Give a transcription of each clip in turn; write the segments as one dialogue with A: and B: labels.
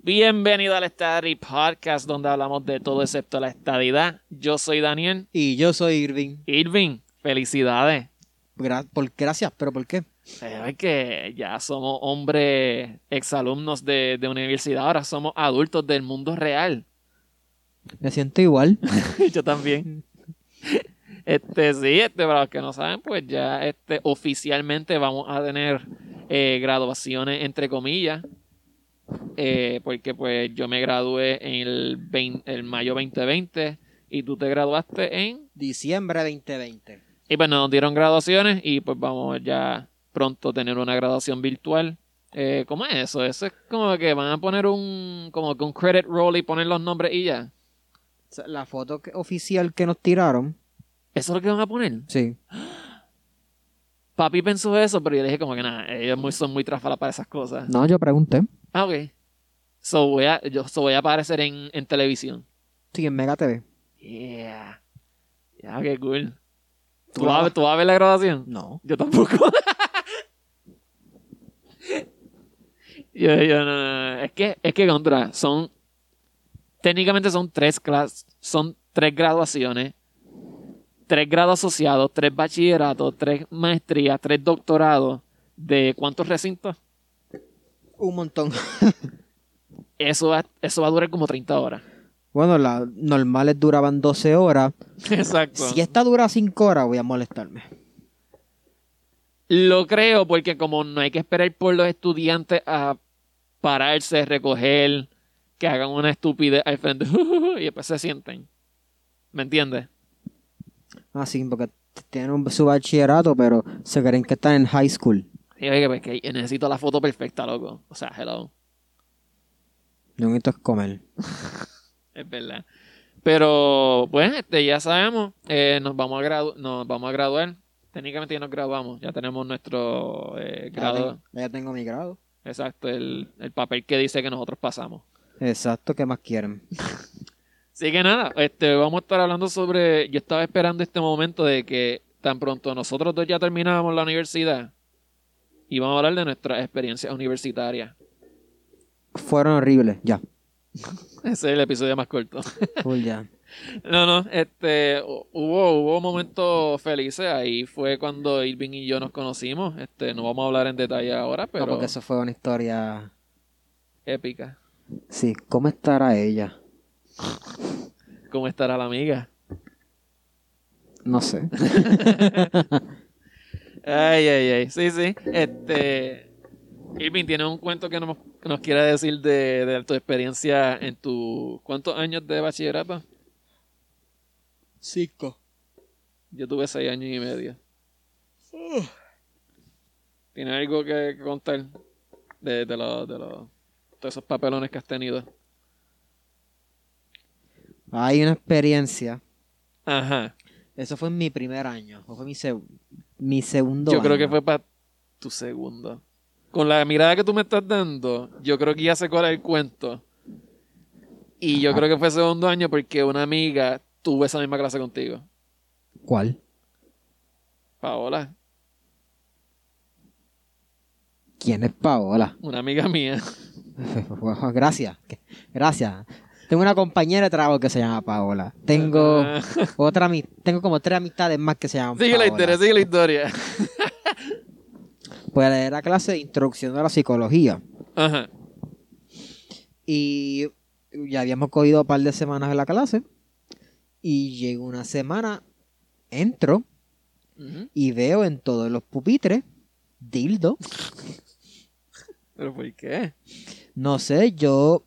A: Bienvenido al Estadary Podcast, donde hablamos de todo excepto la estadidad. Yo soy Daniel.
B: Y yo soy Irving.
A: Irving, felicidades.
B: Gra- por- gracias, pero ¿por qué?
A: Se ve que ya somos hombres exalumnos de, de universidad, ahora somos adultos del mundo real.
B: Me siento igual.
A: Yo también. Este, sí, este, para los que no saben, pues ya este, oficialmente vamos a tener eh, graduaciones entre comillas. Eh, porque pues yo me gradué en el, vein- el mayo 2020 y tú te graduaste en...
B: Diciembre 2020.
A: Y pues nos dieron graduaciones y pues vamos ya pronto a tener una graduación virtual. Eh, ¿Cómo es eso? Eso es como que van a poner un, como que un credit roll y poner los nombres y ya.
B: O sea, La foto que- oficial que nos tiraron.
A: ¿Eso es lo que van a poner?
B: Sí.
A: Papi pensó eso, pero yo le dije como que nada, ellos muy- son muy tráfalas para esas cosas.
B: No, yo pregunté.
A: Ah, ok. So voy a, yo, so voy a aparecer en, en televisión.
B: Sí, en Mega TV.
A: Yeah. Ya, qué cool. ¿Tú
B: ¿Tú la
A: vas, a-
B: vas?
A: ¿Tú vas a ver la grabación?
B: No.
A: Yo tampoco. yo, yo, no, no, no. Es que, es que contra, son... Técnicamente son tres clases, son tres graduaciones, tres grados asociados, tres bachilleratos, tres maestrías, tres doctorados. ¿De cuántos recintos?
B: Un montón.
A: eso va, eso va a durar como 30 horas.
B: Bueno, las normales duraban 12 horas.
A: Exacto.
B: Si esta dura 5 horas, voy a molestarme.
A: Lo creo porque como no hay que esperar por los estudiantes a pararse, recoger, que hagan una estupidez al frente y después se sienten. ¿Me entiendes?
B: Ah, sí, porque tienen un, su bachillerato, pero se creen que están en high school.
A: Y oye, pues, que necesito la foto perfecta, loco. O sea, hello.
B: Yo necesito comer.
A: Es verdad. Pero, pues, este, ya sabemos, eh, nos, vamos a gradu- nos vamos a graduar. Técnicamente ya nos graduamos, ya tenemos nuestro eh,
B: Ya,
A: grado.
B: ten- ya tengo mi grado.
A: Exacto, el, el papel que dice que nosotros pasamos.
B: Exacto, ¿qué más quieren?
A: Así que nada, este, vamos a estar hablando sobre. Yo estaba esperando este momento de que tan pronto nosotros dos ya terminábamos la universidad y vamos a hablar de nuestras experiencias universitarias.
B: Fueron horribles, ya.
A: Ese es el episodio más corto.
B: Full ya.
A: No, no, este, hu- hubo, hubo momentos felices. Ahí fue cuando Irving y yo nos conocimos. Este, no vamos a hablar en detalle ahora,
B: No,
A: pero
B: porque eso fue una historia.
A: épica.
B: Sí, ¿cómo estará ella?
A: ¿Cómo estará la amiga?
B: No sé.
A: Ay, ay, ay. Sí, sí. Este. Irving, ¿tienes un cuento que nos, que nos quiera decir de, de tu experiencia en tu. ¿Cuántos años de bachillerato?
B: Cinco.
A: Yo tuve seis años y medio. ¿Tienes algo que, que contar de, de, los- de los- todos esos papelones que has tenido?
B: Hay una experiencia.
A: Ajá.
B: Eso fue en mi primer año. O fue mi, seg- mi segundo
A: Yo creo que
B: año.
A: fue para tu segundo. Con la mirada que tú me estás dando, yo creo que ya sé cuál es el cuento. Y yo creo que fue segundo año porque una amiga tuvo esa misma clase contigo.
B: ¿Cuál?
A: Paola,
B: ¿Quién es Paola?
A: una amiga mía.
B: Gracias. Gracias. Tengo una compañera de trabajo que se llama Paola. Tengo
A: Ah.
B: otra ami- tengo como tres amistades más que se llaman
A: Sigue la
B: Paola.
A: historia, sigue la historia.
B: Pues era clase de introducción a la psicología.
A: Ajá.
B: Y ya habíamos cogido un par de semanas de la clase. Y llegó una semana, entro
A: Ujú.
B: y veo en todos los pupitres dildo.
A: ¿Pero por qué?
B: No sé, yo.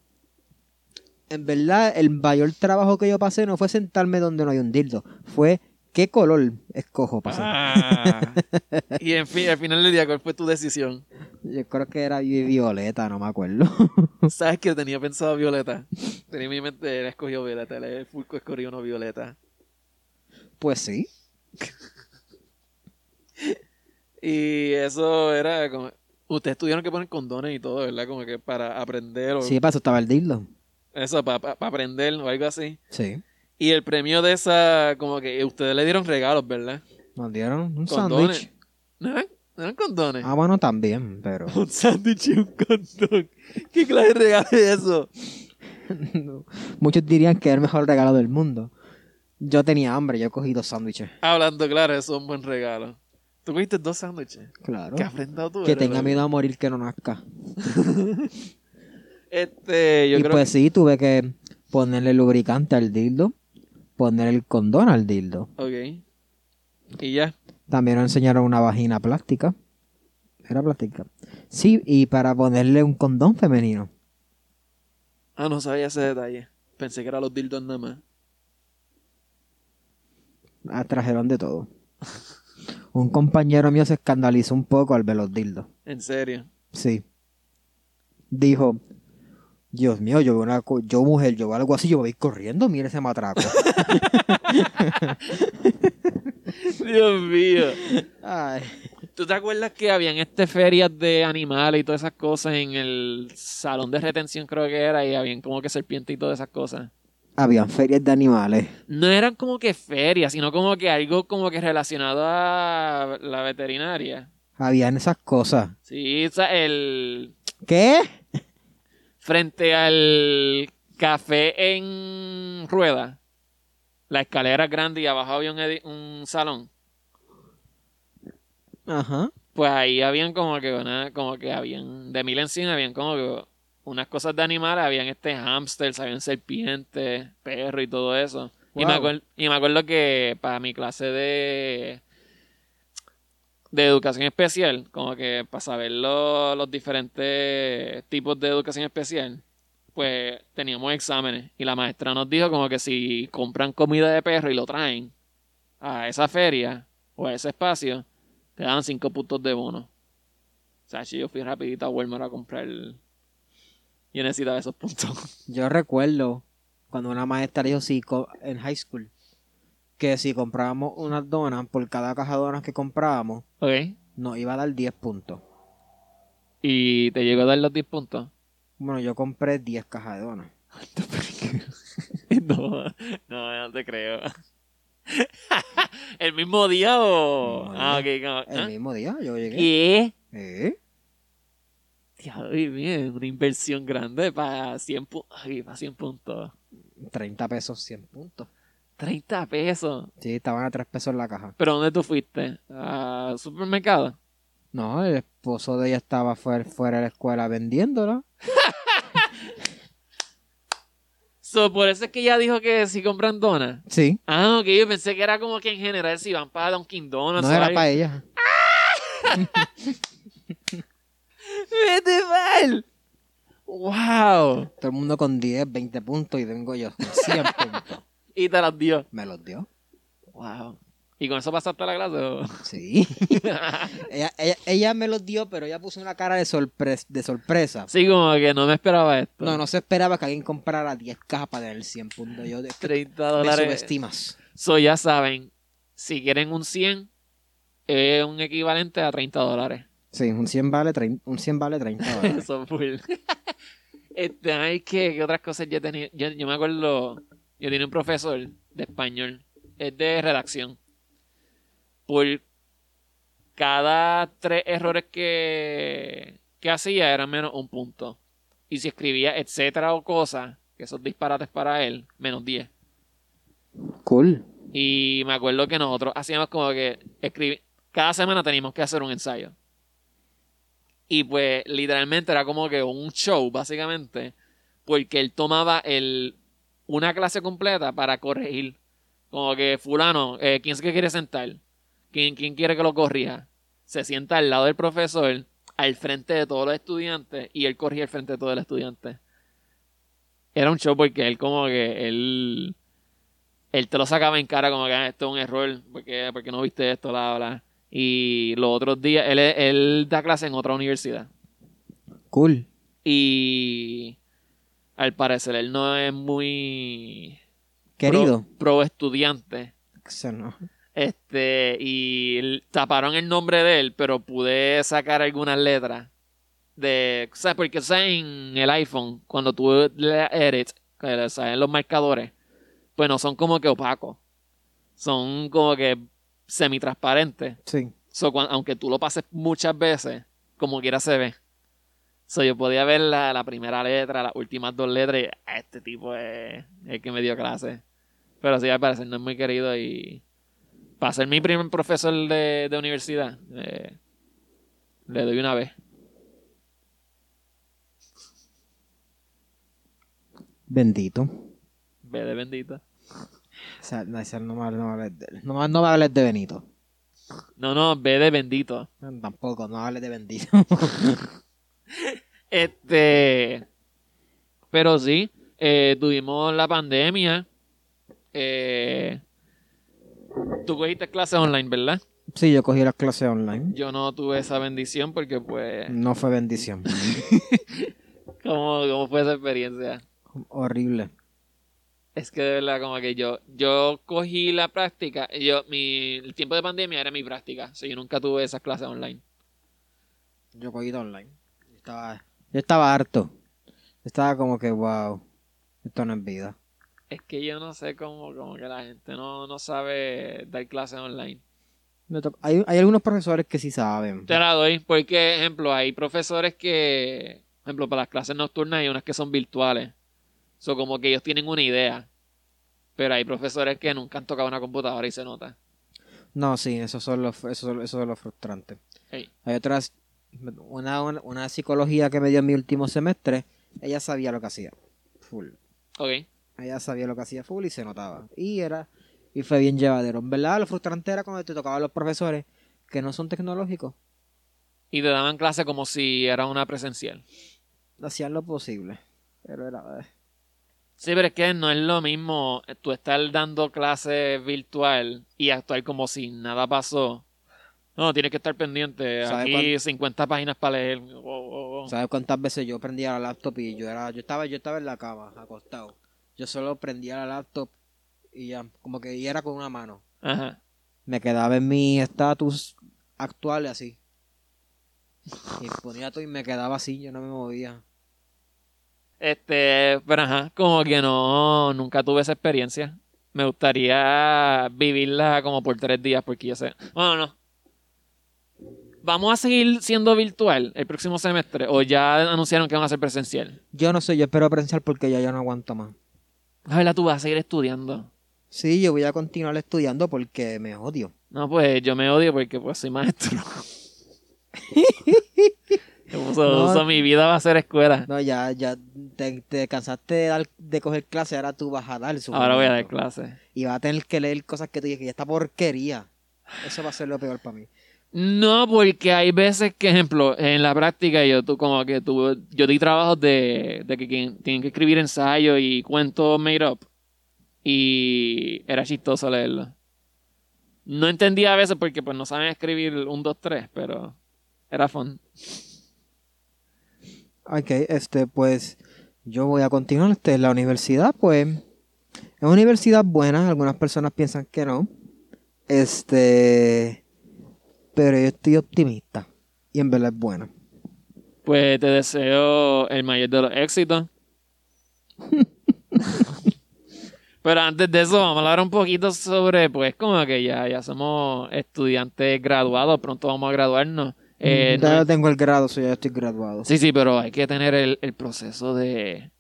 B: En verdad, el mayor trabajo que yo pasé no fue sentarme donde no hay un dildo. Fue qué color escojo pasar.
A: Ah. Y en fin, al final del día, ¿cuál fue tu decisión?
B: Yo creo que era vi- violeta, no me acuerdo.
A: ¿Sabes que tenía pensado Violeta? Tenía en mi mente, él escogió Violeta, él Fulco escogió una Violeta.
B: pues sí.
A: Y eso era como. Ustedes tuvieron que poner condones y todo, ¿verdad? Como que para aprender o
B: Sí, para eso estaba el dildo.
A: eso, para aprender o algo así.
B: Sí.
A: Y el premio de esa, como que ustedes le dieron regalos, ¿verdad?
B: Nos dieron un
A: Condones.
B: sándwich.
A: ¿No? ¿No eran condones?
B: Ah, bueno, también, pero.
A: Un sándwich y un condón. ¿Qué clase de regalo es eso?
B: Muchos dirían que es el mejor regalo del mundo. Yo tenía hambre, yo cogí dos sándwiches.
A: Hablando claro, eso es un buen regalo. Tú cogiste dos sándwiches.
B: Claro.
A: ¿Qué has enfrentado tú?
B: Que
A: eres,
B: tenga
A: loco?
B: miedo a morir que no nazca.
A: Este, yo
B: y
A: creo
B: pues sí, tuve que ponerle lubricante al dildo, poner el condón al dildo.
A: que... Ok. Y ya.
B: También nos enseñaron una vagina plástica. Era plástica. Sí, y para ponerle un condón femenino.
A: Ah, no sabía ese detalle. Pensé que era los dildos nada más.
B: Ah, trajeron de todo. Un compañero mío se escandalizó un poco al ver los dildos.
A: En serio.
B: Sí. Dijo, Dios mío, yo veo una co- yo mujer, yo veo algo así, yo voy corriendo, mire ese matraco.
A: Dios mío.
B: Ay.
A: ¿Tú te acuerdas que habían este ferias de animales y todas esas cosas en el salón de retención creo que era y habían como que serpientes y todas esas cosas?
B: Habían ferias de animales.
A: No eran como que ferias, sino como que algo como que relacionado a la veterinaria.
B: Habían esas cosas.
A: Sí, o sea, el
B: ¿Qué?
A: frente al café en rueda. La escalera grande y abajo había un, edi- un salón.
B: Ajá.
A: Pues ahí habían como que una, como que habían, de mil en cien habían como que unas cosas de animales, habían este hamsters, habían serpientes, perro y todo eso. Y, me
B: Wow.
A: acuer- y me acuerdo que para mi clase de de educación especial, como que para saber lo- los diferentes tipos de educación especial, pues teníamos exámenes y la maestra nos dijo como que si compran comida de perro y lo traen a esa feria o a ese espacio, te dan cinco puntos de bono. O sea, yo fui rapidito a Walmart a comprar. el- Yo necesitaba esos puntos.
B: Yo recuerdo cuando una maestra dijo si co- en high school que si comprábamos unas donas por cada caja de donas que comprábamos,
A: ¿Ok?
B: nos iba a dar 10 puntos.
A: Y te llegó a dar los 10 puntos.
B: Bueno, yo compré 10 cajas de donas.
A: no, no, no te creo. ¿El mismo día o...?
B: No,
A: ah, ok.
B: El
A: como- ¿Ah?
B: mismo día yo llegué.
A: ¿Qué?
B: ¿Eh?
A: Diablo, y bien, una inversión grande para 100, pu- ay, para 100 puntos.
B: 30 pesos, 100 puntos.
A: 30 pesos.
B: Sí, estaban a 3 pesos la caja.
A: ¿Pero dónde tú fuiste? ¿Al supermercado?
B: No, el esposo de ella estaba fuera, fuera de la escuela vendiéndola.
A: So, por eso es que ella dijo que si compran donas.
B: Sí.
A: Ah, ok, yo pensé que era como que en general si van para Dunkin' Donuts.
B: No
A: o
B: era
A: algo.
B: para ella.
A: ¡Vete mal! ¡Wow!
B: Todo el mundo con 10, 20 puntos y vengo yo con 100 puntos.
A: Y te las dio.
B: Me los dio.
A: ¡Wow! ¿Y con eso pasaste a la clase? o?
B: Sí. ella, ella- ella me los dio, pero ella puso una cara de, sorpre- de sorpresa.
A: sí, como que no me esperaba esto.
B: No, no se esperaba que alguien comprara 10 cajas para tener 100 puntos. Yo es que
A: 30
B: me
A: dólares.
B: subestimas.
A: So, ya saben, si quieren un 100, es un equivalente a 30 dólares.
B: Sí, un 100 vale, trein- un 100 vale 30 dólares.
A: Eso full. este, ay, ¿qué, qué otras cosas yo tenía? Yo, yo me acuerdo, yo tenía un profesor de español, es de redacción. Por cada tres errores que, que hacía era menos un punto. Y si escribía etcétera o cosas, que esos disparates para él, menos 10.
B: cool.
A: Y me acuerdo que nosotros hacíamos como que escribí, cada semana teníamos que hacer un ensayo. Y pues literalmente era como que un show, básicamente, porque él tomaba el, una clase completa para corregir. Como que fulano, eh, ¿quién es que quiere sentar? ¿Quién, ¿Quién quiere que lo corrija? Se sienta al lado del profesor, al frente de todos los estudiantes, y él corrige al frente de todos los estudiantes. Era un show porque él como que él él te lo sacaba en cara como que "Ah, esto es un error, porque, porque no viste esto, bla, bla. Y los otros días, él, él da clase en otra universidad.
B: Cool.
A: Y al parecer él no es muy
B: Querido.
A: pro, pro estudiante.
B: Eso no.
A: Este, y l- taparon el nombre de él, pero pude sacar algunas letras. De, o sea, porque o sea, en el iPhone, cuando tú le edits, que le salen los marcadores, pues no son como que opacos. Son como que semitransparentes.
B: Sí.
A: So, cuan- aunque tú lo pases muchas veces, como quiera se ve. So, yo podía ver la, la primera letra, las últimas dos letras, y "Ah, este tipo es el que me dio clase. Pero sí, al parecer no es muy querido y. Para ser mi primer profesor de, de universidad, eh, le doy una vez.
B: Bendito.
A: Ve de bendita.
B: O sea, no, o sea, no me hables- no me hables de- no me- no me hables de Benito.
A: No, no, ve de bendito.
B: No, Tampoco, no hables de Bendito.
A: Este. Pero sí, eh, tuvimos la pandemia. Eh, tú cogiste clases online, ¿verdad?
B: sí, yo cogí las clases online.
A: Yo no tuve esa bendición porque, pues,
B: No fue bendición.
A: ¿cómo, cómo fue esa experiencia?
B: Horrible.
A: Es que de verdad, como que yo, yo cogí la práctica. y Yo, mi, el tiempo de pandemia era mi práctica. So, yo nunca tuve esas clases online.
B: Yo cogí todo online. Yo estaba, yo estaba harto. Yo estaba como que, wow, esto no es vida.
A: Es que yo no sé cómo, como que la gente no, no sabe dar clases online.
B: Me to- Hay, hay algunos profesores que sí saben.
A: Te la doy, porque, ejemplo, hay profesores que, ejemplo, para las clases nocturnas hay unas que son virtuales. son como que ellos tienen una idea. Pero hay profesores que nunca han tocado una computadora y se nota.
B: No, sí, esos son los, esos son, esos son los frustrantes.
A: Ey.
B: Hay otras, una, una, una psicología que me dio en mi último semestre, ella sabía lo que hacía. Full.
A: Ok.
B: Ella sabía lo que hacía full y se notaba. Y era, y fue bien llevadero. En verdad, lo frustrante era cuando te tocaban los profesores que no son tecnológicos.
A: Y te daban clase como si era una presencial.
B: Hacían lo posible. Pero era, eh,
A: Sí, pero es que no es lo mismo tú estar dando clases virtual y actuar como si nada pasó. No, tienes que estar pendiente.
B: ¿Sabe
A: Aquí
B: cuán-
A: 50 páginas para leer. Wow, wow, wow.
B: ¿Sabes cuántas veces yo prendía la laptop y yo era, yo estaba, yo estaba en la cama, acostado. Yo solo prendía la laptop y ya, como que y era con una mano.
A: Ajá.
B: Me quedaba en mi estatus actual así. Y ponía todo y me quedaba así, yo no me movía.
A: Este, pero ajá, como que no, nunca tuve esa experiencia. Me gustaría vivirla como por tres días, porque yo sé. Bueno, no. ¿Vamos a seguir siendo virtual el próximo semestre? ¿O ya anunciaron que van a ser presencial?
B: Yo no sé, yo espero pensar porque ya yo no aguanto más.
A: A ver, tú vas a seguir estudiando.
B: Sí, yo voy a continuar estudiando porque me odio.
A: No, pues yo me odio porque pues soy maestro. Eso-
B: No.
A: eso, mi vida va a ser escuela.
B: No, ya, ya te, te cansaste de, dar- de coger clase, ahora tú vas a dar su
A: Ahora voy a dar
B: momento.
A: clases.
B: Y vas a tener que leer cosas que tú dices que ya está porquería. Eso va a ser lo peor para mí.
A: No, porque hay veces que, ejemplo, en la práctica yo tú como que tú, yo di trabajos de, de que quien- tienen que escribir ensayos y cuentos made up. Y era chistoso leerlo. No entendía a veces porque pues no saben escribir un, dos, tres, pero era fun.
B: Ok, este, pues yo voy a continuar. Este, la universidad, pues, es una universidad buena. Algunas personas piensan que no. Este, pero yo estoy optimista. Y en verdad es buena.
A: Pues te deseo el mayor de los éxitos. Pero antes de eso, vamos a hablar un poquito sobre, pues, como que ya, ya somos estudiantes graduados, pronto vamos a graduarnos. Eh,
B: ya
A: no-
B: yo tengo el grado, so ya estoy graduado.
A: Sí, sí, pero hay que tener el, el proceso de,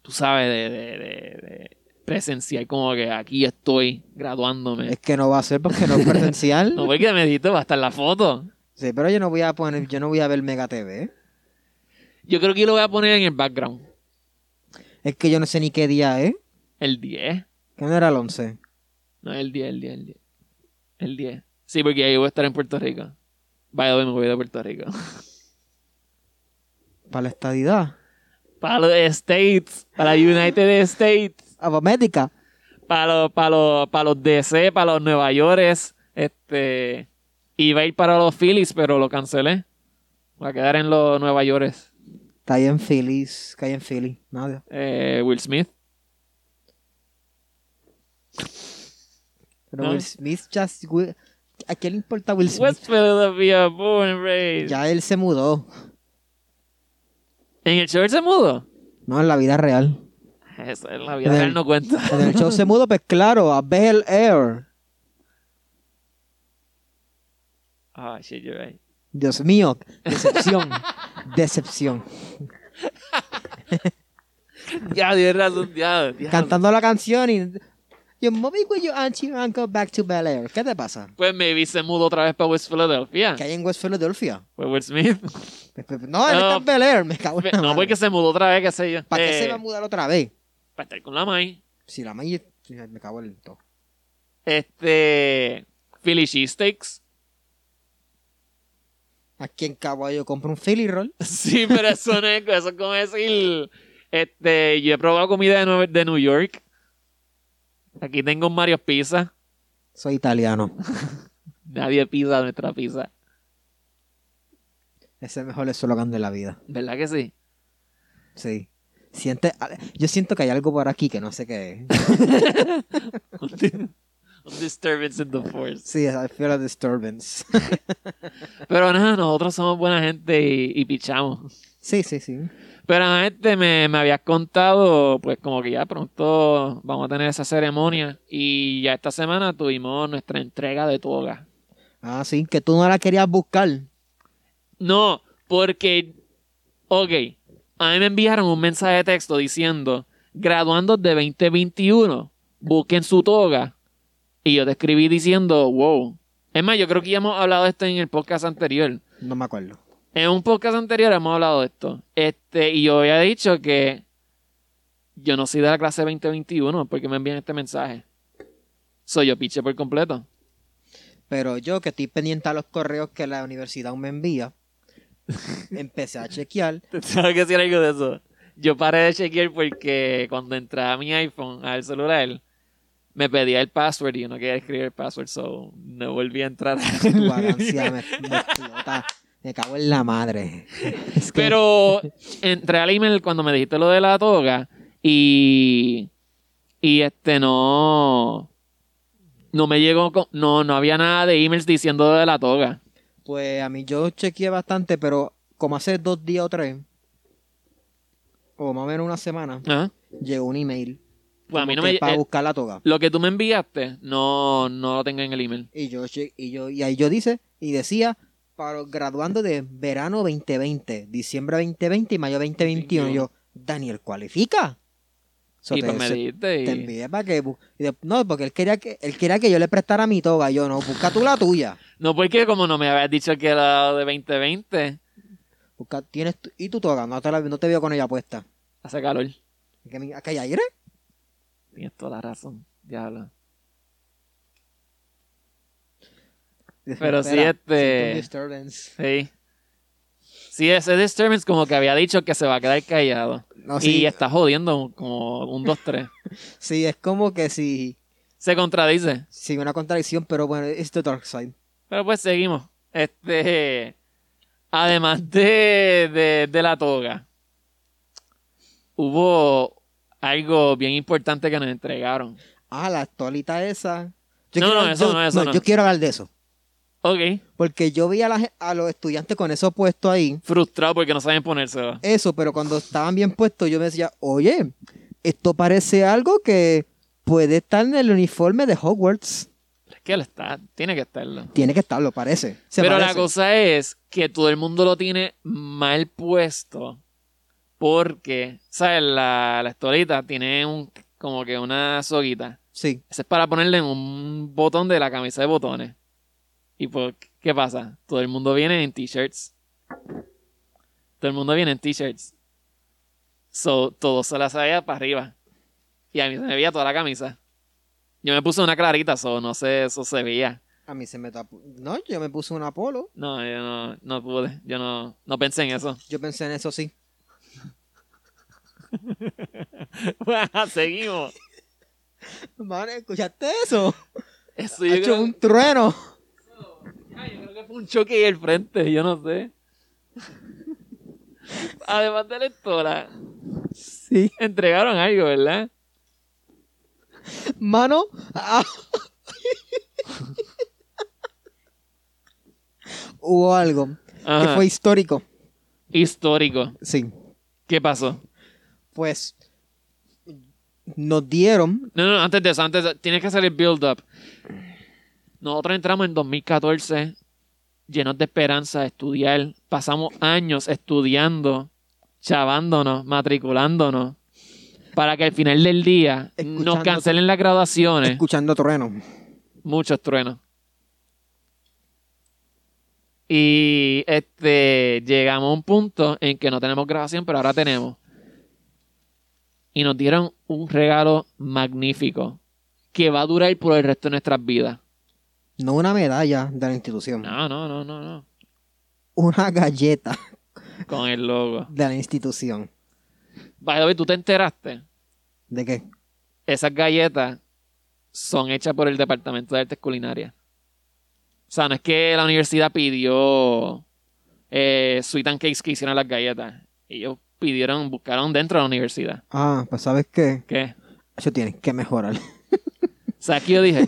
A: tú sabes, de, de, de- de presenciar como que aquí estoy graduándome.
B: Es que no va a ser porque no es presencial.
A: No, porque me dijiste, va a estar la foto.
B: Sí, pero yo no voy a poner, yo no voy a ver Mega TV.
A: Yo creo que yo lo voy a poner en el background,
B: Es que yo no sé ni qué día es.
A: el 10.
B: Que no era el 11.
A: No, el 10, el 10, el 10. El 10. Sí, porque ahí voy a estar en Puerto Rico. Vaya, me voy de Puerto Rico.
B: Para la estadidad.
A: Para los States, para United States,
B: Ah, para médica.
A: para los, para los, para los DC, para los Nueva York. Este, iba a ir para los Phillies, pero lo cancelé. Voy a quedar en los Nueva York.
B: Está ahí en Philly. Está ahí en Philly. Nada.
A: Eh, Will Smith.
B: Pero
A: ¿No?
B: Will Smith just... Will- ¿A quién le importa Will Smith?
A: West Philadelphia, born and raised.
B: Ya él se mudó.
A: ¿En el show él se mudó?
B: No, en la vida real.
A: Eso, en la vida real no cuenta.
B: Cuando el show se mudó, pues claro, a Bel Air.
A: Ah, shit, you're right.
B: Dios mío, decepción, decepción.
A: Ya, tienes razón, ya. ya.
B: Cantando la canción y... Your mommy with your auntie and uncle back to Bel Air. ¿Qué te pasa?
A: Pues maybe se mudó otra vez para West Philadelphia.
B: ¿Qué hay en West Philadelphia?
A: Pues Will Smith.
B: Pe- pe- pe- No, él está en Bel Air, me cago en la
A: No,
B: madre.
A: porque se mudó otra vez, qué sé yo.
B: ¿Para qué
A: Eh,
B: se va a mudar otra vez?
A: Para estar con la May.
B: Si la maíz... Me cago en todo.
A: Este. Philly Cheesesteaks.
B: Aquí en Caballo compro un Philly Roll.
A: Sí, pero eso no es, eso es como decir. Este, yo he probado comida de Nueva- de New York. Aquí tengo un Mario Pizza.
B: Soy italiano.
A: Nadie pisa nuestra pizza.
B: Ese es el mejor eslogan de la vida.
A: ¿Verdad que sí?
B: Sí. Siente, yo siento que hay algo por aquí que no sé qué es.
A: Un di- un disturbance in the force.
B: Sí, I feel a disturbance.
A: Pero nada, nosotros somos buena gente y, y pichamos.
B: Sí, sí, sí.
A: Pero nada, este, me, me habías contado, pues como que ya pronto vamos a tener esa ceremonia. Y ya esta semana tuvimos nuestra entrega de toga.
B: Ah, sí, que tú no la querías buscar.
A: No, porque. Ok, a mí me enviaron un mensaje de texto diciendo: graduandos de 2021, busquen su toga. Y yo te escribí diciendo: wow. Es más, yo creo que ya hemos hablado de esto en el podcast anterior.
B: No me acuerdo.
A: En un podcast anterior hemos hablado de esto. Este, y yo había dicho que yo no soy de la clase 2021 porque me envían este mensaje. Soy yo piche por completo.
B: Pero yo, que estoy pendiente a los correos que la universidad me envía, empecé a chequear.
A: Tengo que decir algo de eso. Yo paré de chequear porque cuando entraba mi iPhone al celular, me pedía el password y yo no quería escribir el password, so no volví a entrar.
B: Tu vagancia me, me explota. Me cago en la madre. Es que-
A: Pero entré al email cuando me dijiste lo de la toga y. Y este no. No me llegó. con- no, no había nada de emails diciendo de la toga.
B: Pues a mí yo chequeé bastante, pero como hace dos días o tres, o más o menos una semana,
A: ¿Ah?
B: llegó un email
A: Pues a mí no
B: como que
A: me.
B: para
A: eh,
B: buscar la toga.
A: lo que tú me enviaste, no, no lo tengo en el email.
B: Y yo, che- y yo, y ahí yo dice, y decía, para los graduando de verano 2020, diciembre 2020 y mayo 2021. Y yo, Daniel, ¿cualifica? So,
A: y
B: te,
A: pues me
B: se-
A: dijiste. y-
B: te envié para que bu- y de- no, porque él quería que, él quería que yo le prestara mi toga. Y yo, no, busca tú la tuya.
A: No, porque como no me habías dicho que era de 2020,
B: Busca, tienes tu- y tu toga, no te, la- no te veo con ella puesta.
A: hace calor.
B: Que mi- que hay aire?
A: Tienes toda la razón, diablo. Pero sí,
B: Espera,
A: este-
B: siento un disturbance.
A: Sí. Sí, ese Disturbance como que había dicho que se va a quedar callado.
B: No, Ah, sí,
A: Y está jodiendo como un 2-3.
B: sí, es como que si,
A: se contradice.
B: si una contradicción, pero bueno, es the dark side.
A: Pero pues seguimos. Este. Además de, de, de la toga, hubo algo bien importante que nos entregaron.
B: Ah, la actualita esa.
A: No, no, eso
B: yo-
A: no, eso no.
B: Yo quiero hablar de eso.
A: Ok,
B: Porque yo vi a, la ge- a los estudiantes con eso puesto ahí.
A: frustrado porque no saben ponérselo.
B: Eso, pero cuando estaban bien puestos, yo me decía, oye, esto parece algo que puede estar en el uniforme de Hogwarts.
A: Es que lo está, tiene que estarlo.
B: Tiene que estarlo, parece. Se
A: Pero la
B: parece.
A: cosa es que todo el mundo lo tiene mal puesto porque, ¿sabes? La, la estolita tiene un, como que una soguita.
B: Sí.
A: Ese es para ponerle en un botón de la camisa de botones. ¿Y pues, qué pasa? Todo el mundo viene en t-shirts. Todo el mundo viene en t-shirts. So, todo se la sabía para arriba. Y a mí se me veía toda la camisa. Yo me puse una clarita, so, no sé, eso se veía.
B: A mí se me tapó. No, yo me puse un Apolo.
A: No, yo no, no pude. Yo no, no pensé en eso.
B: Yo pensé en eso, sí.
A: Seguimos.
B: Madre, ¿escuchaste eso?
A: Eso
B: Ha
A: yo
B: hecho
A: creo,
B: un trueno.
A: Ay, yo creo que fue un choque ahí al frente, yo no sé. Además de la lectora,
B: Sí.
A: entregaron algo, ¿verdad?
B: Mano. ah. Hubo algo que
A: Ajá.
B: fue histórico.
A: Histórico.
B: Sí.
A: ¿Qué pasó?
B: Pues nos dieron.
A: No, no, antes de eso, antes de- tienes que hacer el build up. Nosotros entramos en 2014 llenos de esperanza, estudiar. Pasamos años estudiando, chavándonos, matriculándonos, para que al final del día nos
B: Escuchando-
A: cancelen las graduaciones.
B: Escuchando trueno.
A: Muchos truenos. Y este llegamos a un punto en que no tenemos grabación, pero ahora tenemos. Y nos dieron un regalo magnífico que va a durar por el resto de nuestras vidas.
B: No una medalla de la institución.
A: No, no, no, no, no.
B: Una galleta
A: Con el logo.
B: de la institución.
A: By the way, ¿tú te enteraste?
B: ¿De qué?
A: Esas galletas son hechas por el Departamento de Artes Culinarias. O sea, no es que la universidad pidió eh, Sweet and Cakes que hicieran las galletas. Ellos pidieron, buscaron dentro de la universidad.
B: Ah, pues ¿sabes qué?
A: ¿Qué?
B: Eso tienen que mejorar.
A: ¿Sabes qué yo dije?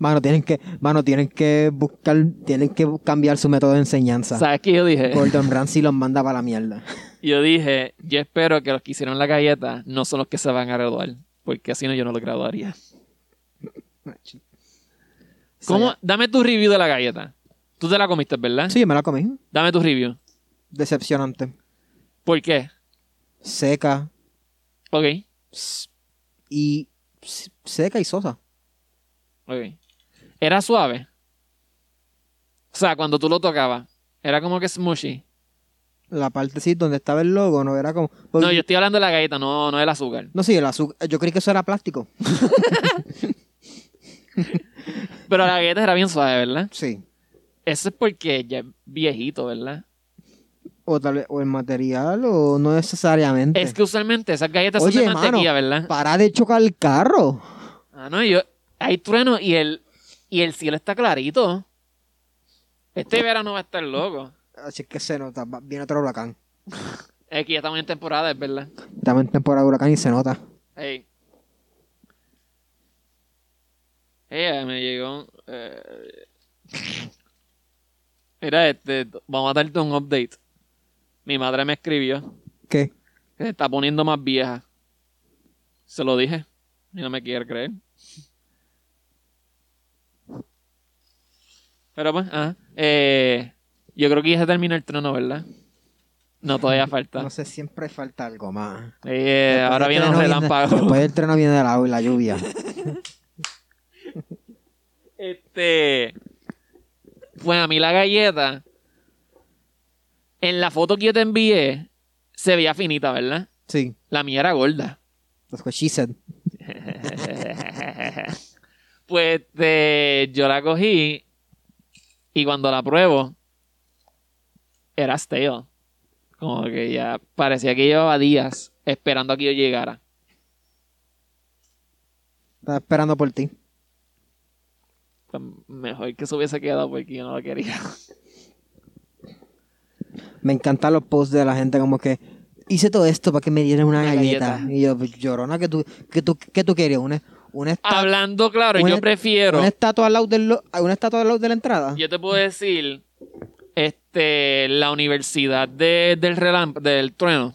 B: Mano, tienen que, mano, tienen que buscar, tienen que cambiar su método de enseñanza.
A: ¿Sabes qué yo dije?
B: Gordon Ramsay los manda para la mierda.
A: Yo dije, yo espero que los que hicieron las galletas no son los que se van a graduar. Porque así no yo no los graduaría. ¿Cómo? Dame tu review de la galleta. Tú te la comiste, ¿verdad?
B: Sí, me la comí.
A: Dame tu review.
B: Decepcionante.
A: ¿Por qué?
B: Seca
A: Ok.
B: s- y s- seca y sosa.
A: Ok. Era suave. O sea, cuando tú lo tocabas, era como que smushy.
B: La parte sí donde estaba el logo no era como pues,
A: No, yo estoy hablando de la galleta, no, no del azúcar.
B: No, sí, el azúcar. Yo creí que eso era plástico.
A: Pero la galleta era bien suave, ¿verdad?
B: Sí.
A: Eso es porque ya es viejito, ¿verdad?
B: O tal vez, o el material, o no necesariamente.
A: Es que usualmente esas galletas son
B: Oye,
A: de mantequilla,
B: mano,
A: ¿verdad?
B: Para de chocar el carro.
A: Ah, no, yo. Hay trueno y el, y el cielo está clarito. Este verano va a estar loco.
B: Así que se nota, va- viene otro huracán.
A: Es que ya estamos en temporada, es verdad.
B: Estamos en temporada de huracán y se nota.
A: Ey. Ella me llegó. eh, Mira, este, vamos a darte un update. Mi madre me escribió
B: ¿Qué?
A: que se está poniendo más vieja. Se lo dije. Y no me quiere creer. Pero pues, ajá. Eh, yo creo que ya se terminó el trono, ¿verdad? No, todavía falta.
B: No sé, siempre falta algo más.
A: Eh, ahora viene un
B: Después del treno
A: relámpago.
B: Después el treno viene la, la lluvia.
A: Este. Pues a mí la galleta. En la foto que yo te envié, se veía finita, ¿verdad?
B: Sí,
A: La mía era gorda.
B: that's what she said.
A: Pues este, yo la cogí y cuando la pruebo, era stale. Como que ya parecía que llevaba días esperando a que yo llegara.
B: Estaba esperando por ti.
A: Pues, Mejor que se hubiese quedado porque yo no la quería.
B: Me encantan los posts de la gente como que hice todo esto para que me dieran una,
A: Una
B: galleta.
A: galleta.
B: Y yo, pues, llorona, que tú, que tú, que tú querías? Una, una, esta-
A: Hablando claro,
B: Ah, Una-
A: yo prefiero.
B: una estatua al lado del lo- una estatua al lado de la entrada.
A: Yo te puedo decir, este, la universidad de- del relámp- del trueno,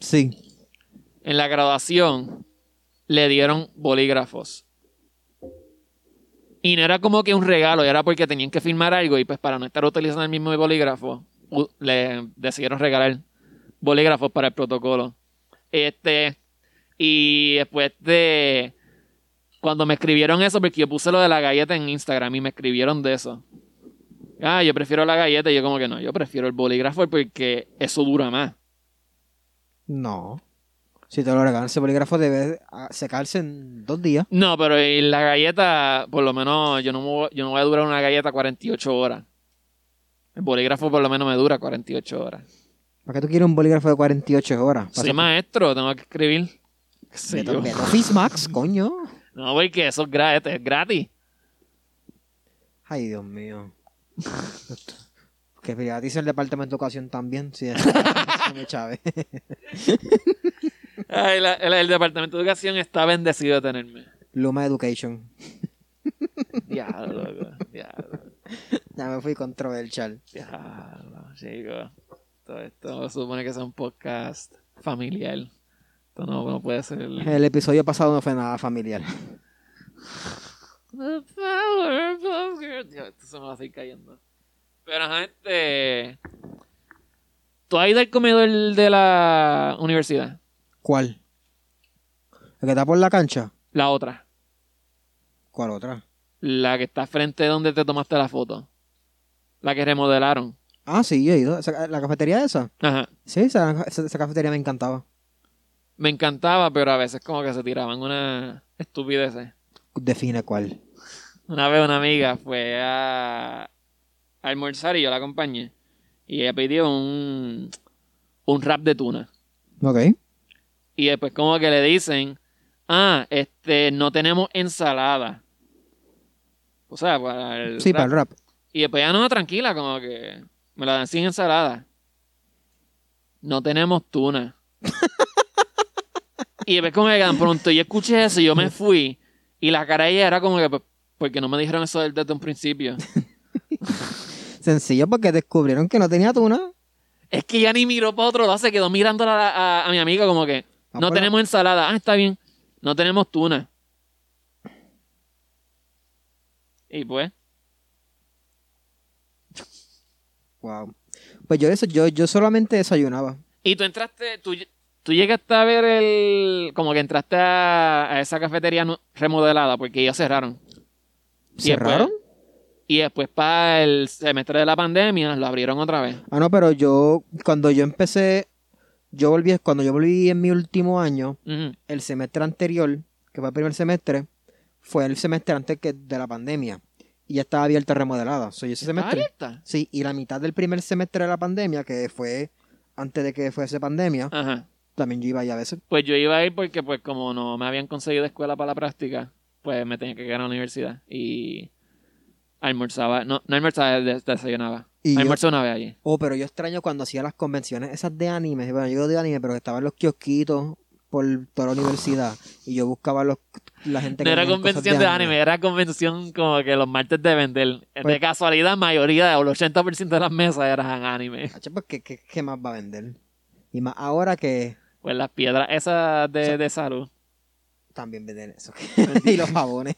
B: Sí.
A: en la graduación, le dieron bolígrafos. Y no era como que un regalo, era porque tenían que firmar algo y pues para no estar utilizando el mismo bolígrafo, u- le decidieron regalar bolígrafos para el protocolo. Este, y después de, cuando me escribieron eso, porque yo puse lo de la galleta en Instagram y me escribieron de eso. Ah, yo prefiero la galleta. Y yo como que no, yo prefiero el bolígrafo porque eso dura más.
B: No. Si te lo regalan ese bolígrafo debe ah, secarse en dos días.
A: No, pero y la galleta, por lo menos, yo no, me voy- yo no voy a durar una galleta 48 horas. El bolígrafo por lo menos me dura 48 horas.
B: ¿Para qué tú quieres un bolígrafo de 48 horas?
A: Soy maestro, tengo que escribir. ¿Qué sé
B: Vete-
A: yo?
B: vete a Fismax, coño.
A: No, porque eso es gra- este es gratis.
B: Ay, Dios mío. que privatice el departamento de educación también. Sí, es- me chave.
A: Ay, la- el, el Departamento de Educación está bendecido de tenerme.
B: Luma Education.
A: Diablo, loco, diablo,
B: Ya me fui controversial.
A: diablo, chico. Todo esto se supone que sea un podcast familiar. Esto no, no puede ser...
B: El episodio pasado no fue nada familiar.
A: The power of girl. Dios, esto se me va a seguir cayendo. Pero gente, ¿tú has ido al comedor de la universidad?
B: ¿Cuál? ¿El que está por la cancha?
A: La otra,
B: ¿Cuál otra?
A: la que está frente donde te tomaste la foto, la que remodelaron.
B: Ah, sí, he ido. Esa- ¿La cafetería esa?
A: Ajá.
B: Sí, esa, esa- esa cafetería me encantaba.
A: Me encantaba, pero a veces como que se tiraban unas estupideces.
B: Define cuál.
A: Una vez una amiga fue a, a almorzar y yo la acompañé. Y ella pidió un, un rap de tuna.
B: Ok.
A: Y después como que le dicen, ah, este, no tenemos ensalada. O sea, para el
B: Sí,
A: rap.
B: para el rap.
A: Y después ya no, tranquila, como que me la dan sin ensalada. No tenemos tuna. y después como que tan pronto yo escuché eso y yo me fui. Y la cara de ella era como que, "Pues, ¿por qué no me dijeron eso desde un principio?
B: Sencillo porque descubrieron que no tenía tuna.
A: es que ya ni miró para otro lado, se quedó mirándola a, a- a mi amigo como que,
B: Ah,
A: no
B: pues,
A: tenemos ensalada. Ah, está bien, no tenemos tuna. Y pues,
B: Wow. Pues yo eso, yo, yo solamente desayunaba.
A: Y tú entraste, tú, tú llegaste a ver el. Como que entraste a, a esa cafetería nu- remodelada, porque ellos cerraron. Y después-
B: ¿Cerraron?
A: Y después, para el semestre de la pandemia, lo abrieron otra vez.
B: Ah, no, pero yo, cuando yo empecé, yo volví, cuando yo volví en mi último año,
A: Ujú.
B: el semestre anterior, que fue el primer semestre, fue el semestre antes que de la pandemia. Y ya estaba abierta remodelada. Soy
A: ¿Está
B: ese semestre.
A: abierta?
B: Sí, y la mitad del primer semestre de la pandemia, que fue antes de que fuese pandemia,
A: Ajá.
B: también yo iba ahí a veces.
A: Pues yo iba a ir porque, pues, como no me habían conseguido escuela para la práctica, pues me tenía que quedar en la universidad. Y almorzaba. No, no almorzaba, des- desayunaba.
B: Y yo-
A: Almorzé una vez allí.
B: Oh, pero yo extraño cuando hacía las convenciones esas de anime. Bueno, yo digo de anime, pero que estaban los kiosquitos por toda la universidad. Y yo buscaba los, la gente
A: No era
B: vendía cosas
A: convención de, anime, era convención como que los martes de vender.
B: Pues-
A: de casualidad, mayoría o el 80% de las mesas eran anime.
B: Hacho, pues, ¿qué, qué, qué más va a vender? Y más ahora que
A: Pues las piedras esas de,
B: O sea-
A: de salud,
B: también venden eso. y los jabones.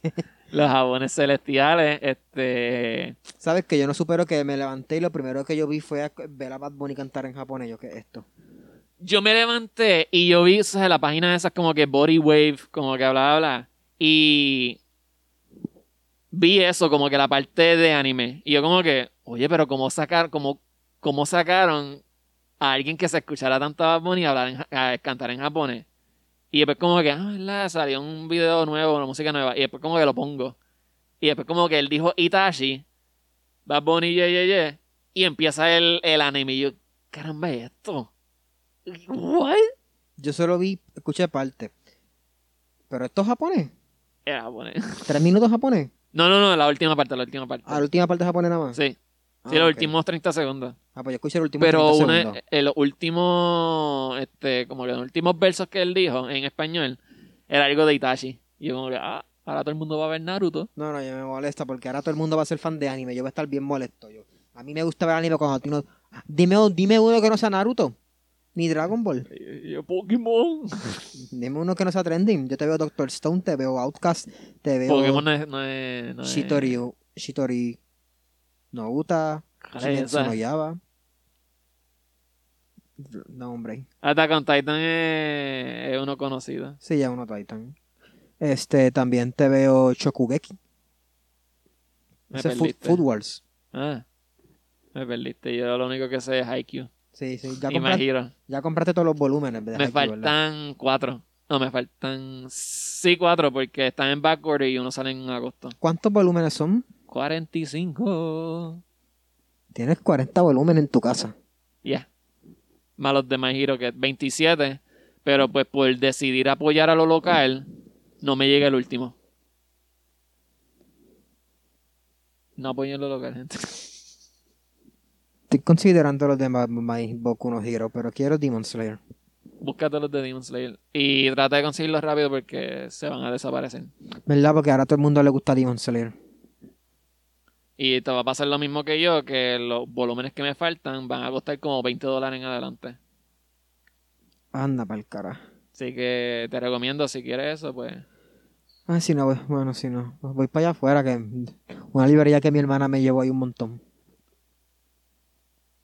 A: los jabones celestiales, este...
B: Sabes que yo no supero que me levanté y lo primero que yo vi fue a- ver a Bad Bunny cantar en japonés. Yo, ¿qué es esto?
A: Yo me levanté y yo vi o sea, la página de esas como que Body Wave, como que bla, bla, bla. Y vi eso, como que la parte de anime. Y yo como que, oye, pero ¿cómo, sacar, cómo, cómo sacaron a alguien que se escuchara tanto a Bad Bunny hablar en, ja- a cantar en japonés? Y después como que, ah, ¿verdad? Salió un video nuevo, una música nueva. Y después como que lo pongo. Y después como que él dijo Itachi, Bad Bunny, ye, ye, ye. Y empieza el, el anime. Y yo, caramba, ¿y esto? ¿What?
B: Yo solo vi, escuché parte. Pero esto es japonés.
A: Era japonés.
B: Tres minutos japonés.
A: No, no, no, la última parte, la última parte.
B: Ah, la última parte es japonés nada más.
A: Sí, sí,
B: Ah,
A: los
B: ok.
A: últimos 30 segundos.
B: Ah, pues yo escuché el último.
A: Pero
B: 30
A: una,
B: segundos.
A: eh, los últimos, este, como que los últimos versos que él dijo en español era algo de Itachi. Y yo como que, ah, ahora todo el mundo va a ver Naruto.
B: No, no, yo me molesta porque ahora todo el mundo va a ser fan de anime. Yo voy a estar bien molesto. Yo. A mí me gusta ver anime cuando a ti no- Ah, Dime, dime uno que no sea Naruto. Ni Dragon Ball.
A: Y yo, Pokémon.
B: Dime uno que no sea trending. Yo te veo Doctor Stone, te veo Outcast, te veo
A: Pokémon no es... No es, no es- Eh.
B: Shitoriu, Shitori Nobuta,
A: ¿Cuál es
B: Kimetsu
A: esa?
B: no Yaba. No, hombre.
A: Attack on Titan es, es uno conocido.
B: Sí, ya uno Titan. Este, también te veo Shokugeki.
A: Me
B: Ese es Food,
A: perdiste.
B: Food Wars.
A: Ah, me perdiste. Yo lo único que sé es Haikyuu.
B: Sí, sí. Ya, compra-
A: Imagino.
B: ya compraste todos los volúmenes. de
A: Me
B: Haikyuu, ¿verdad?
A: faltan cuatro. No, me faltan sí cuatro porque están en backward y uno sale en agosto.
B: ¿Cuántos volúmenes son?
A: 45.
B: Tienes 40 volúmenes en tu casa.
A: Ya. Más los de My Hero que es 27. Pero pues por decidir apoyar a lo local, no me llega el último. No apoyen lo local, gente.
B: Estoy considerando los de My, My Boku no Hero, pero quiero Demon Slayer.
A: Búscate los de Demon Slayer. Y trata de conseguirlos rápido porque se van a desaparecer.
B: ¿Verdad? Porque ahora a todo el mundo le gusta Demon Slayer.
A: Y te va a pasar lo mismo que yo, que los volúmenes que me faltan van a costar como 20 dólares en adelante.
B: Anda pa'l carajo.
A: Así que te recomiendo, si quieres eso, pues.
B: Ah, si no, voy- bueno, si no. Voy para allá afuera, que una librería que mi hermana me llevó ahí un montón.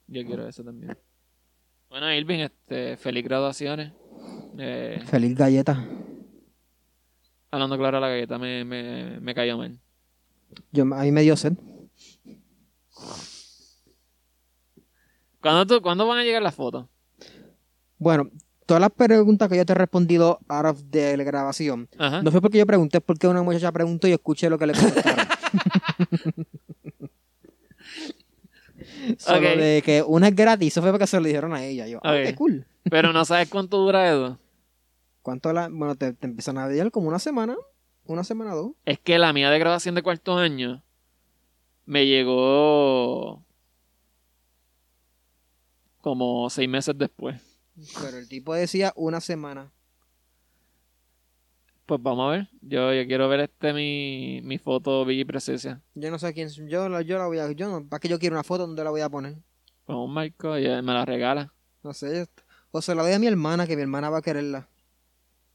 A: Yo quiero eso también. Bueno, Irving, este, feliz graduaciones. Eh,
B: Feliz galleta.
A: hablando claro, la galleta me, me, me cayó mal.
B: Yo, a mí me dio sed.
A: ¿Cuándo, tú- ¿Cuándo van a llegar las fotos?
B: Bueno, todas las preguntas que yo te he respondido ahora de la grabación,
A: Ajá.
B: no fue porque yo pregunté, es porque una muchacha preguntó y escuché lo que le contestaron. Solo
A: Ok.
B: de que una es gratis, eso fue porque se lo dijeron a ella. Yo, ah,
A: Ok.
B: qué cool.
A: Pero no sabes cuánto dura eso.
B: ¿Cuánto la, bueno, te, te empiezan a dar como una semana, una semana o dos.
A: Es que la mía de graduación de cuarto año me llegó como seis meses después.
B: Pero el tipo decía una semana.
A: Pues vamos a ver. Yo, yo quiero ver este mi, mi foto Biggie Presencia.
B: Yo no sé quién, yo, la- yo la voy a, yo no, para que yo quiero una foto, ¿dónde la voy a poner?
A: Con un marco y él me la regala.
B: No sé, yo- o se la doy a mi hermana, que mi hermana va a quererla.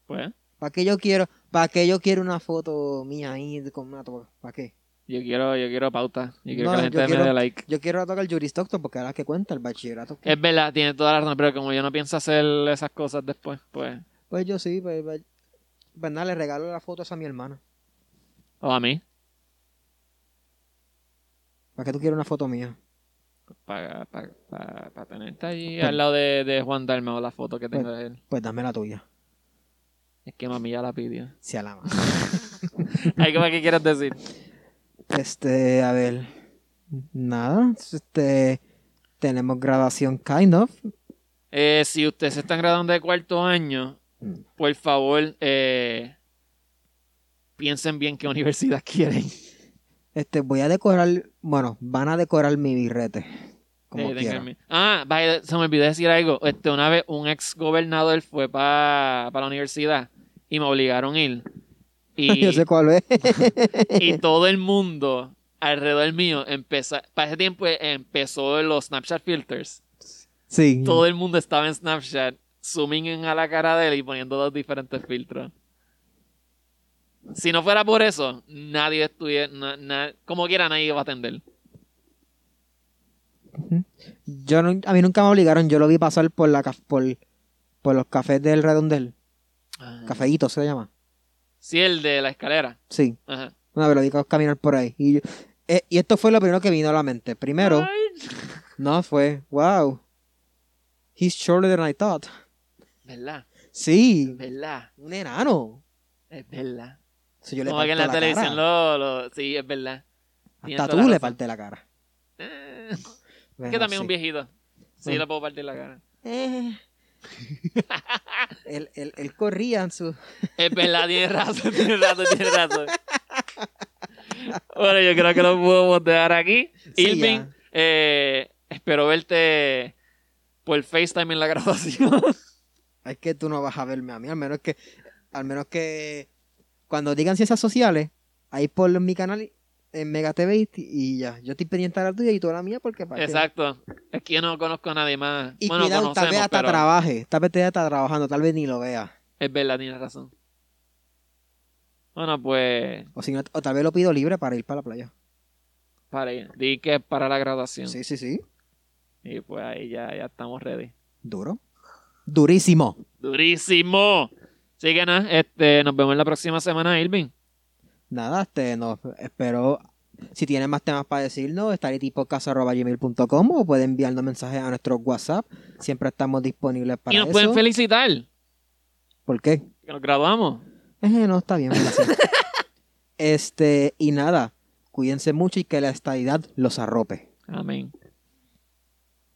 A: Pues
B: ¿Para qué yo quiero, para qué yo quiero una foto mía ahí con una toca? ¿Para qué?
A: yo quiero, yo quiero pauta. Yo quiero
B: No,
A: que la
B: yo
A: gente
B: quiero-
A: me dé like.
B: Yo quiero la toca el Juristocto porque ahora que cuenta el bachillerato.
A: Es verdad, tiene toda la razón, pero como yo no pienso hacer esas cosas después, pues.
B: Pues yo sí, pues, pues, pues nada, le regalo las fotos a mi hermana.
A: O a mí,
B: ¿Para qué tú quieres una foto mía?
A: para, para, para, tenerte allí
B: Pero-
A: al lado de, de Juan Dalmao, la foto que tengo de él.
B: Pues dame la tuya.
A: Es que mami ya la pidió.
B: Si a la madre.
A: Ay, ¿cómo es que quieres decir?
B: Este, a ver. Nada. Este. Tenemos graduación, kind of.
A: Eh, si ustedes se están graduando de cuarto año,
B: Mm.
A: por favor, eh, piensen bien qué universidad quieren.
B: Este, voy a decorar. Bueno, van a decorar mi birrete. Como
A: Eh,
B: quiera.
A: tengan- Ah, vaya, se me olvidó decir algo. Este, una vez un ex gobernador fue para la universidad y me obligaron a ir. Y,
B: Yo sé cuál es.
A: y todo el mundo alrededor mío empezó. Para ese tiempo eh, empezó los Snapchat filters.
B: sí.
A: Todo el mundo estaba en Snapchat, zooming en a la cara de él y poniendo dos diferentes filtros. Si no fuera por eso, nadie estuviera. na- na- como quiera, nadie iba a atender.
B: Yo no- a mí nunca me obligaron. Yo lo vi pasar por la caf- por, por los cafés del redondel.
A: Ah.
B: Cafeíto se llama.
A: Sí, el de la escalera.
B: Sí.
A: Ajá.
B: Una vez lo vi ca- caminar por ahí. Y, yo- eh, y esto fue lo primero que vino a la mente. Primero,
A: Ay,
B: no fue. Wow. He's shorter than I thought.
A: ¿Verdad?
B: Sí.
A: ¿Verdad?
B: Un enano.
A: Es verdad.
B: Si yo le
A: Como que en
B: parto
A: la,
B: la
A: televisión
B: cara.
A: lo, lo- Sí, es verdad. tiene
B: Hasta
A: toda la
B: tú le
A: razón.
B: parte la cara.
A: Eh,
B: Bueno,
A: que también es un
B: sí.
A: viejito. Sí,
B: Bueno.
A: le puedo partir la cara.
B: Eh. él, él- él corría en su...
A: Es verdad, tiene razón, tiene razón, tiene razón. Bueno, yo creo que lo podemos dejar aquí.
B: Sí,
A: Irving,
B: ya.
A: eh, espero verte por FaceTime en la grabación.
B: Es que tú no vas a verme a mí, al menos que... Al menos que... Cuando digan ciencias sociales, ahí ponlo en mi canal, en Mega TV y- y ya. Yo estoy pendiente a la tuya y tú a la mía porque... para qué.
A: Exacto. Es que yo no conozco a nadie más.
B: Y
A: bueno,
B: cuidado, tal vez
A: conocemos,
B: hasta
A: pero
B: trabaje. Tal vez te está trabajando, tal vez ni lo vea.
A: es verdad, tienes razón. Bueno, pues,
B: O, si no- o tal vez lo pido libre para ir para la playa.
A: para ahí. Di que es para la graduación.
B: Sí, sí, sí.
A: Y pues ahí ya, ya estamos ready.
B: Duro. Durísimo.
A: ¡Durísimo! Así que nada, este, nos vemos la próxima semana, Irving.
B: Nada, este, no, espero. Si tienen más temas para decirnos, gmail.com o pueden enviarnos mensajes a nuestro WhatsApp. Siempre estamos disponibles para
A: y nos
B: eso.
A: pueden felicitar,
B: ¿Por qué?
A: que nos graduamos.
B: Eh, no, está bien. gracias. este, y nada, cuídense mucho y que la estadidad los arrope.
A: Amén.